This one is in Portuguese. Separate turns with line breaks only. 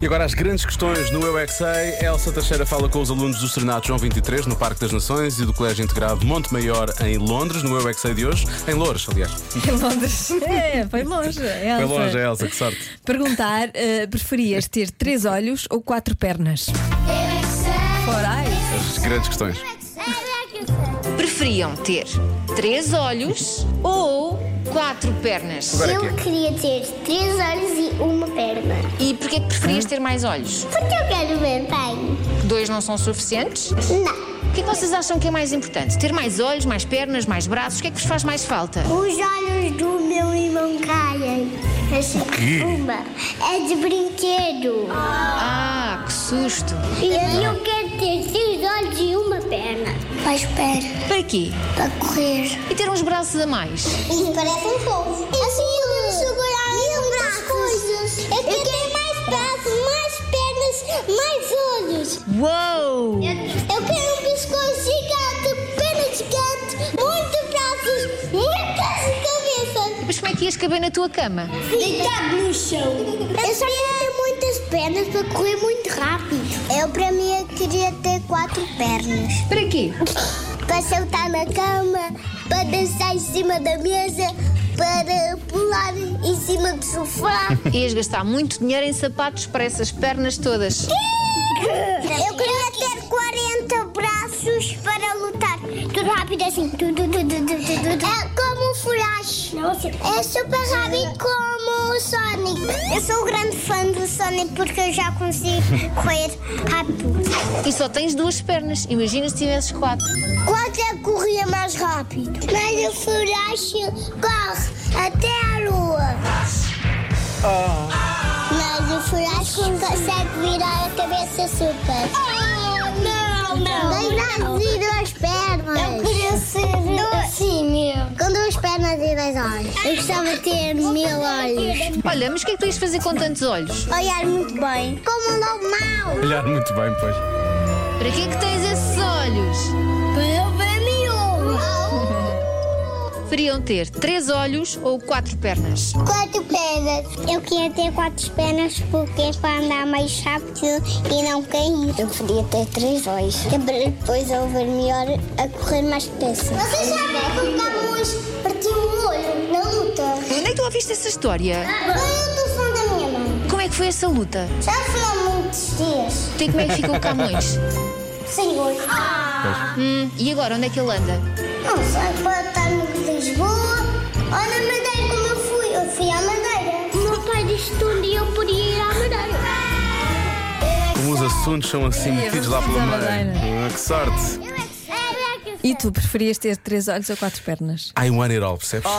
E agora as grandes questões no Eu é Que Sei. Elsa Teixeira fala com os alunos do Serenato João 23 no Parque das Nações e do Colégio Integrado Monte Maior em Londres, no Eu é Que Sei de hoje. Em Louros, aliás.
Em Londres. É, foi longe.
Foi
Elsa.
longe, é. Elsa, que sorte.
Perguntar: eh, preferias ter três olhos ou quatro pernas? Corais.
As grandes questões.
preferiam ter três olhos ou quatro pernas?
Agora
Eu
aqui. é
queria ter três olhos e uma perna.
E porquê que preferias ter mais olhos?
Porque eu quero ver bem.
Dois não são suficientes?
Não.
O que é que vocês acham que é mais importante? Ter mais olhos, mais pernas, mais braços? O que é que vos faz mais falta?
Os olhos do meu irmão caem. Essa
quê?
uma é de brinquedo.
Ah, que susto!
E eu quero ter três olhos e uma perna. Mas espera,
Para quê?
para correr.
E ter uns braços a mais?
Isso parece um povo. Assim eu não segurar muitas coisas. Eu quero, mais braços, mais pernas, mais olhos.
Uou!
Eu, quero um pescoço gigante, pernas gigantes, muitos braços, muitas cabeças.
Mas como é que ias caber na tua cama?
Deitado no chão. Eu só queria ter muitas pernas para correr muito rápido. Eu, para mim, eu queria ter quatro pernas.
Para quê?
Para sentar na cama, para dançar em cima da mesa, para pular em cima do sofá.
Ias gastar muito dinheiro em sapatos para essas pernas todas.
Eu queria ter 40 braços para lutar. Tudo rápido assim. Tu, tu, tu, tu, tu, tu, tu, tu. É como o Flash. É super rápido como o Sonic. Eu sou um grande fã do Sonic porque eu já consigo correr rápido.
E só tens duas pernas. Imagina se tivesses quatro.
Quanto é que corria mais rápido? Mas o Flash corre até a lua. Mas o Flash consegue virar a cabeça super. Oh, não, não. Dois e duas pernas. Eu queria ser assim mesmo. Com duas pernas e dois olhos. Eu gostava de ter mil olhos.
Olha, mas o que é que tu ias fazer com tantos olhos?
Olhar muito bem. Como um lobo mau.
Olhar muito bem, pois.
Para que é que tens esses olhos?
Para ver
Preferiam ter três olhos ou quatro pernas?
Quatro pernas. Eu queria ter quatro pernas porque é para andar mais rápido e não cair. Eu podia ter três olhos. Depois eu ver melhor a correr mais depressa. Você já viu que o Camus partiu o olho na luta?
Onde é que tu ouviste essa história?
Foi o telefone da minha mãe.
Como é que foi essa luta?
Já foi há muitos dias.
E como é que ficou o Camões?
Sem olho. Ah.
Hum, e agora, onde é que ele anda?
Não sei, pode estar no Lisboa ou na Madeira como eu fui. Eu fui à Madeira. O meu pai disse-te um dia eu podia ir à Madeira.
Como os assuntos são assim metidos lá pela
vamos à
mãe.
Madeira.
Ah, que sorte.
E tu preferias ter três olhos ou quatro pernas?
um I want it all, percebes?